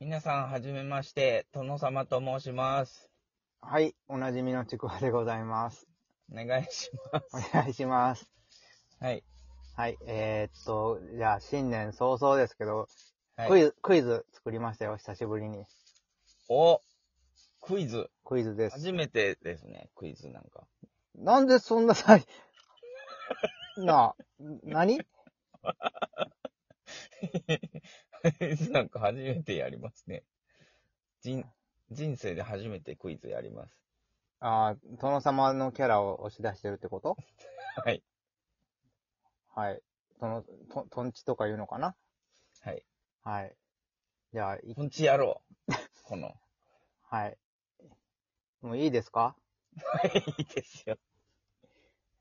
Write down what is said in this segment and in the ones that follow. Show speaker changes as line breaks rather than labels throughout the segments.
皆さん、はじめまして、殿様と申します。
はい、おなじみのちくわでございます。
お願いします。
お願いします。
はい。
はい、えー、っと、じゃあ、新年早々ですけど、
はい、
クイズ、クイズ作りましたよ、久しぶりに。
おクイズ。
クイズです。
初めてですね、クイズなんか。
なんでそんなさ、なあ、何
クイズなんか初めてやりますね。人、人生で初めてクイズやります。
あー殿様のキャラを押し出してるってこと
はい。
はい。その、と、とんちとか言うのかな
はい。
はい。じゃあ、い
こんちやろう。この。
はい。もういいですか
はい、いいですよ。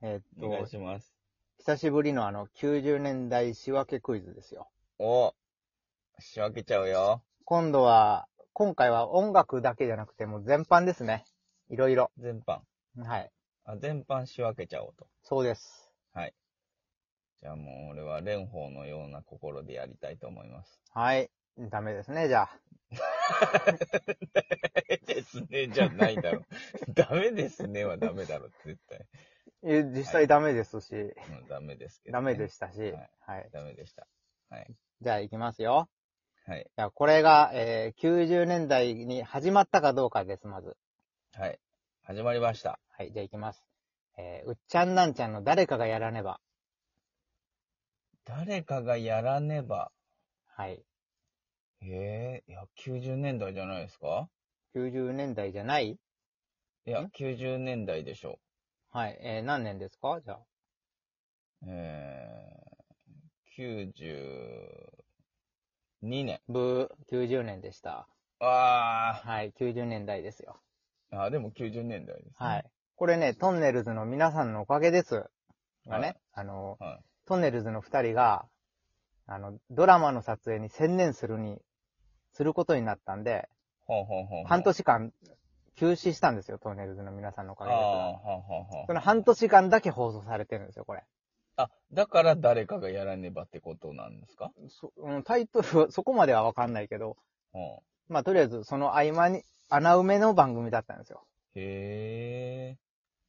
えーっ
お願い
と、
します。
久しぶりのあの、90年代仕分けクイズですよ。
お仕分けちゃうよ。
今度は、今回は音楽だけじゃなくて、もう全般ですね。いろいろ。
全般。
はい。
あ、全般仕分けちゃおうと。
そうです。
じゃあもう俺は蓮舫のような心でやりたいと思います。
はい。ダメですね、じゃあ。
ですね、じゃないだろ。 ダメですねはダメだろ、絶対。
え実際ダメですし、
うん、ダメですけど、
ダメで
し
したし、
い
はい。
ダメでした。はい。
じゃあ行きますよ。
はい。
じゃあこれが、えー、90年代に始まったかどうかです、まず。
はい。始まりました。
はい、じゃあ行きます。えー、うっちゃんなんちゃんの誰かがやらねば。
誰かがやらねば。
はい。
ええいや、90年代じゃないですか
90年代じゃない
いや
ん、
90年代でしょ
はい。えー、何年ですかじゃあ。
う。えー、92年。
ブー、90年でした。
あ
はい、90年代ですよ。
ーあ、でも90年代です、ね。
はい。。これね、トンネルズの皆さんのおかげです。が
は
ね
い、
あの、
は
トンネルズの二人が、あの、ドラマの撮影に専念するに、することになったんで、
ほうほうほうほう。
半年間休止したんですよ、トンネルズの皆さんのおか
あ
げで
あ、
す
はうほうほう
その半年間だけ放送されてるんですよ、これ。
あ、だから誰かがやらねばってことなんですか
そうんタイトルはそこまではわかんないけど、
うん。
まあ、とりあえずその合間に穴埋めの番組だったんですよ。
へえ。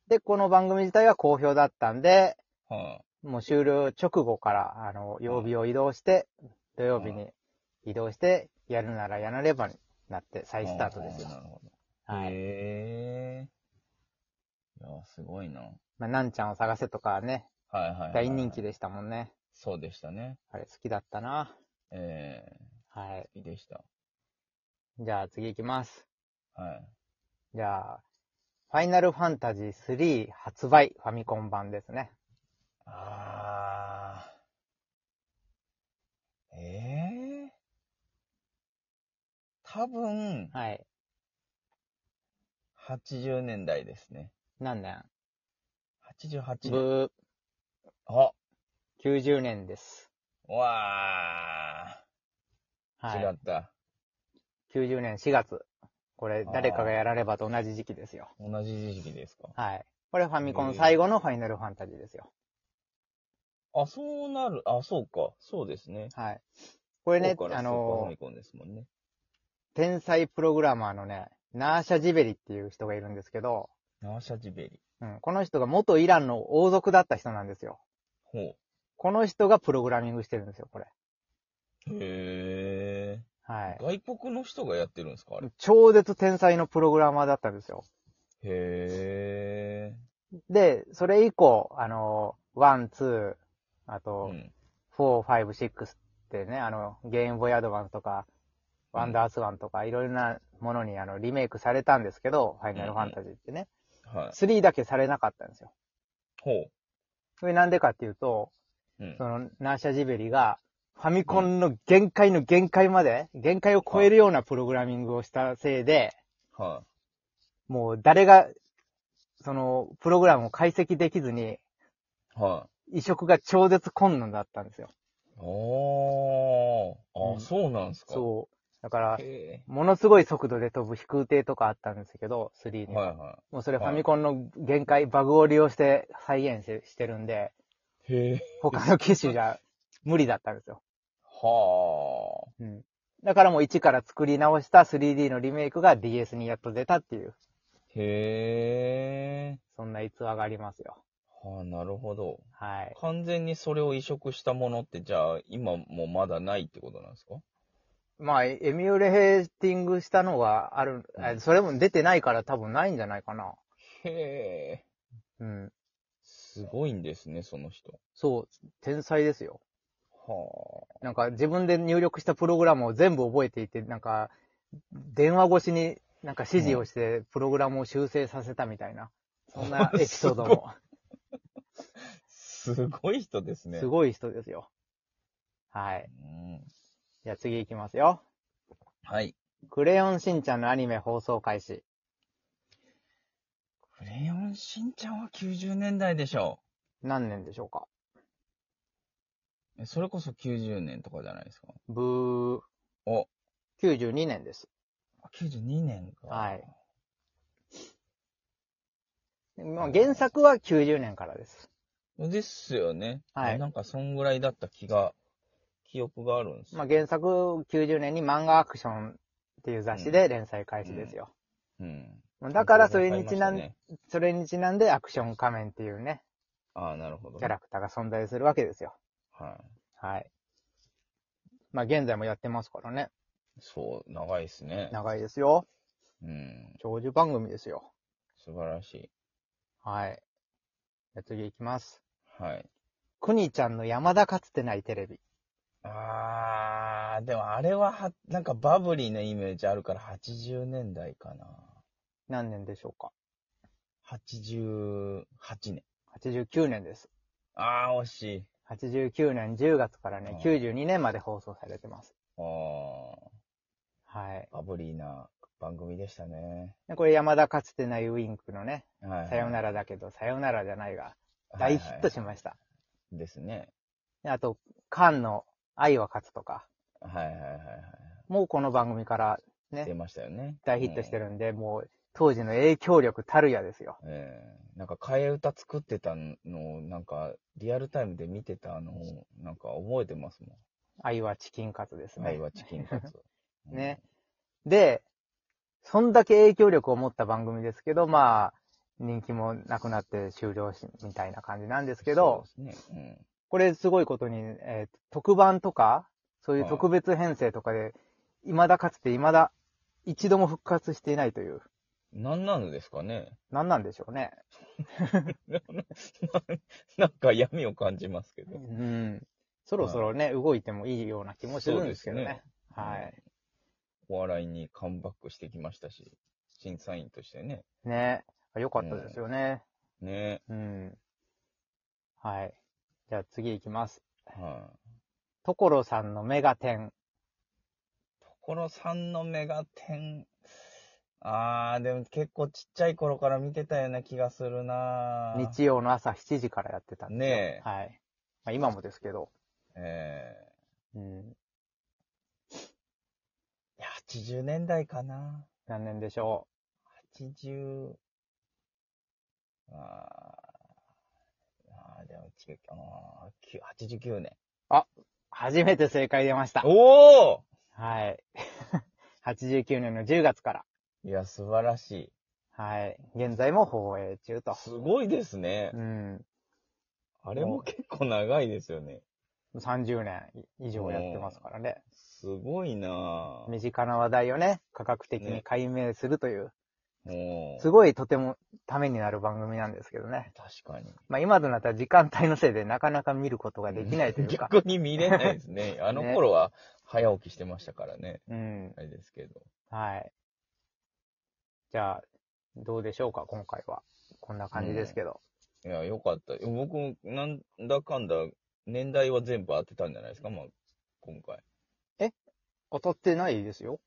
で、この番組自体は好評だったんで、
は
もう終了直後から、あの、曜日を移動して、土曜日に移動して、やるならやらればになって、
あ
再スタートですよ
な。るほど。
はい。
へえ。いや、すごいな。はい
まあ、なんちゃんを探せとかね、
はいはい、
大人気
で。
でしたもんね。
そうでしたね。
あれ、好きだったな。
ええ
はい。
好きでした。
じゃあ次行きます。
はい。
じゃあ、ファイナルファンタジー3発売、ファミコン版ですね。
あー。ええ多分、
はい。
80年代ですね。
何年
88年。
ブ
あ、
ー、90年です。
わ
は
ー。違
い。
った。
90年4月。これ、誰かがやらればと同じ時期ですよ。
同じ時期ですか。
はい。これファミコン最後のファイナルファンタジーですよ。
あ、そうなる、あ、そうか、そうですね。
はい。これね
こう、から
あ
スーパーファ
の
ミ、コンですもんね。
天才プログラマーのね、ナーシャ・ジベリっていう人がいるんですけど、
ナーシャジベリ。
うん、この人が元イランの王族だった人なんですよ。
ほ
この人がプログラミングしてるんですよ、これ。
う。へ
は
え。
い。
外国の人がやってるんですかあれ。
超絶天才のプログラマーだったんですよ。
へえ。
で、それ以降、あの、ワン、ツー、あ
う
と、
ん。
フォー、ファイブ、シックスってね、あの、ゲームボーイアドバンスとか、ワンダースワンとか、いろいろなものにあのリメイクされたんですけど、ファイナルファンタジーってね。
はい。
3だけされなかったんですよ。
ほう。
それなんでかっていうと、
うん
そ。の、ナーシャ・ジベリが、ファミコンの限界の限界まで、限界を超えるようなプログラミングをしたせいで、
は
もう誰が、その、プログラムを解析できずに、
い。は
移植が超絶困難だったんですよ。
い。おー。
う
あ、
ん
そうなんですか。
そう。だから、
へ
ものすごい速度で飛ぶ飛空艇とかあったんですけど、3
え。
には。
はいは
もうそれファミコンの限界、バグを利用して再現してしてるんで、
い。へえ。
他の機種じゃ無理だったんですよ。
は
うん。だからもう一から作り直した 3D のリメイクが DS にやっと出たっていう、
へえ。
そんな逸話がありますよ。
はあ、なるほど。
はい。
完全にそれを移植したものって、じゃあ、今もまだないってことなんですか
まあ、エミュレーティングしたのはある、あそれも出てないから多分ないんじゃないかな。
へえ。
うん。
すごいんですね、その人。
そう、天才ですよ。
は
なんか自分で入力したプログラムを全部覚えていて、なんか、電話越しになんか指示をしてプログラムを修正させたみたいな、そんな エピソードも。
あ。すごい人ですね。
すごい人ですよ。はい。
うん
じゃあ次行きますよ。
はい。
クレヨンしんちゃんのアニメ放送開始。
クレヨンしんちゃんは90年代でしょ
何年でしょうか
う。えそれこそ90年とかじゃないですか。
ブー。
お。
92年です。
あ92年か。
はい。まあ、原作は90年からです。
ですよね。
はい
あなんかそんぐらいだった気が、記憶があるんですよ
まあ、原作90年に漫画アクションっていう雑誌で連載開始ですよ。
うん。
だからそれにち
ち
なん、それにちなんでアクション仮面っていうね、
ああ、なるほど。
キャラクターが存在するわけですよ。
は
はい。まあ、現在もやってますからね。
い。そう、長いですね。
長いですよ。
うん。
長寿番組ですよ。
素晴らしい。
はい。じゃあ次行きます。
はい。
くにちゃんの山田かつてないテレビ。
あー、でもあれはは、なんかバブリーなイメージあるから80年代かな。
何年でしょうか
88年。
?89 年です。
あー、惜しい。
89年10月からね、
うん
92年まで放送されてます。
あー、
はい。
バブリーな番組でしたね。
でこれ山田かつてないウインクのね、
はい。
さよな
ら。
らだけど、さよならじゃないが、大ヒットし
ま
ました。
す。ですね。
であと、カンの愛は勝つとか、
はいはいはいは
もうこの番組から
い。出
ね、
ましたよね。
大ヒットして
る。
るんで、もう当時の影響力たるやですよ。
えー、なんか替え歌作ってたのを、なんかリアルタイムで見てたのを、なんか覚えてますも
愛はチキンカツです
ん。
ね。
愛はチキンカツ。うん
ね。で、そんだけ影響力を持った番組ですけど、まあ、人気もなくなって終了し、みたいな感じなんですけど、
そうですね。
これすごいことに、えー特番とか、そういう
はい
特別編成とかで、未だかつて未だ一度も復活していないという、
うん。なんなのですかね
何なんでしょうね。
なんか闇を感じますけ
う
ど。
ん。そろそろね、動いてもいいような気もするんですけどね。
そうです
はい。
お笑いにカムバックしてきましたし、審査員としてね。
ね。よかったですよね。
ね
うん。はい。じゃあ次行きます。
はい。
所さんのメガテン。
所さんのメガテン。あー、でも結構ちっちゃい頃から見てたような気がするな
日曜の朝7時からやってたんですよ。
ねえ
はい。まあ、今もですけど。
え
うん。
えいや、80年代かな
何年でしょ
?80。あーあー、でも違う、あーきゅ89年。
う。初めて正解出ました。
おお
はい。89年の10月から。
いや、素晴らしい。
はい。現在も放映中と。
すごいですね
う。ん。
あれも結構長いですよね。
30年以上やってますからね。
すごいなぁ。
身近な話題をね、科学的に解明するという、
もう
すごいとてもためになる番組なんですけどね。
確かに。
まあ今となったら時間帯のせいでなかなか見ることができないと いうか。
逆に見れないですね。あ の頃は早起きしてましたからね。
うん。
あれですけど。
はい。じゃあ、どうでしょうか、今回は。こんな感じですけど。
いや、よかった。僕、なんだかんだ、年代は全部当てたんじゃないですか、まあ、今回。
当たってないですよ。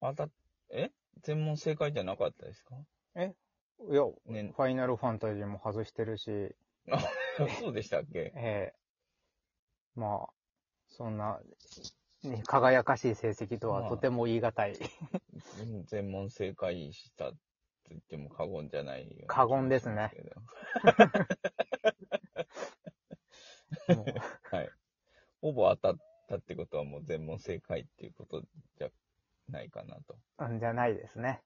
当たっ、え全問正解じゃなかったですか
いや、
ね、
ファイナルファンタジーも外してるし、え
そうでしたっけ
えまあ、そんな、ね、輝かしい成績と
ま
は
あ
とても言い難い。
うん全問正解したって言っても過言じゃないような気が
過言ですね
しますけど。
もう
ほぼ当たっったってことはもう全問正解っていうことじゃないかなと。
うんじゃないですね。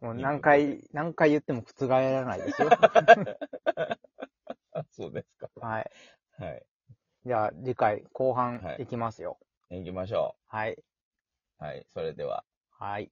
もう何回、何回言っても覆らないです よ。
あ、そうですか。
はい。
はい。
じゃあ次回後半
はい
いきますよ。
行きましょ
はい。
う。はい。それでは。
はい。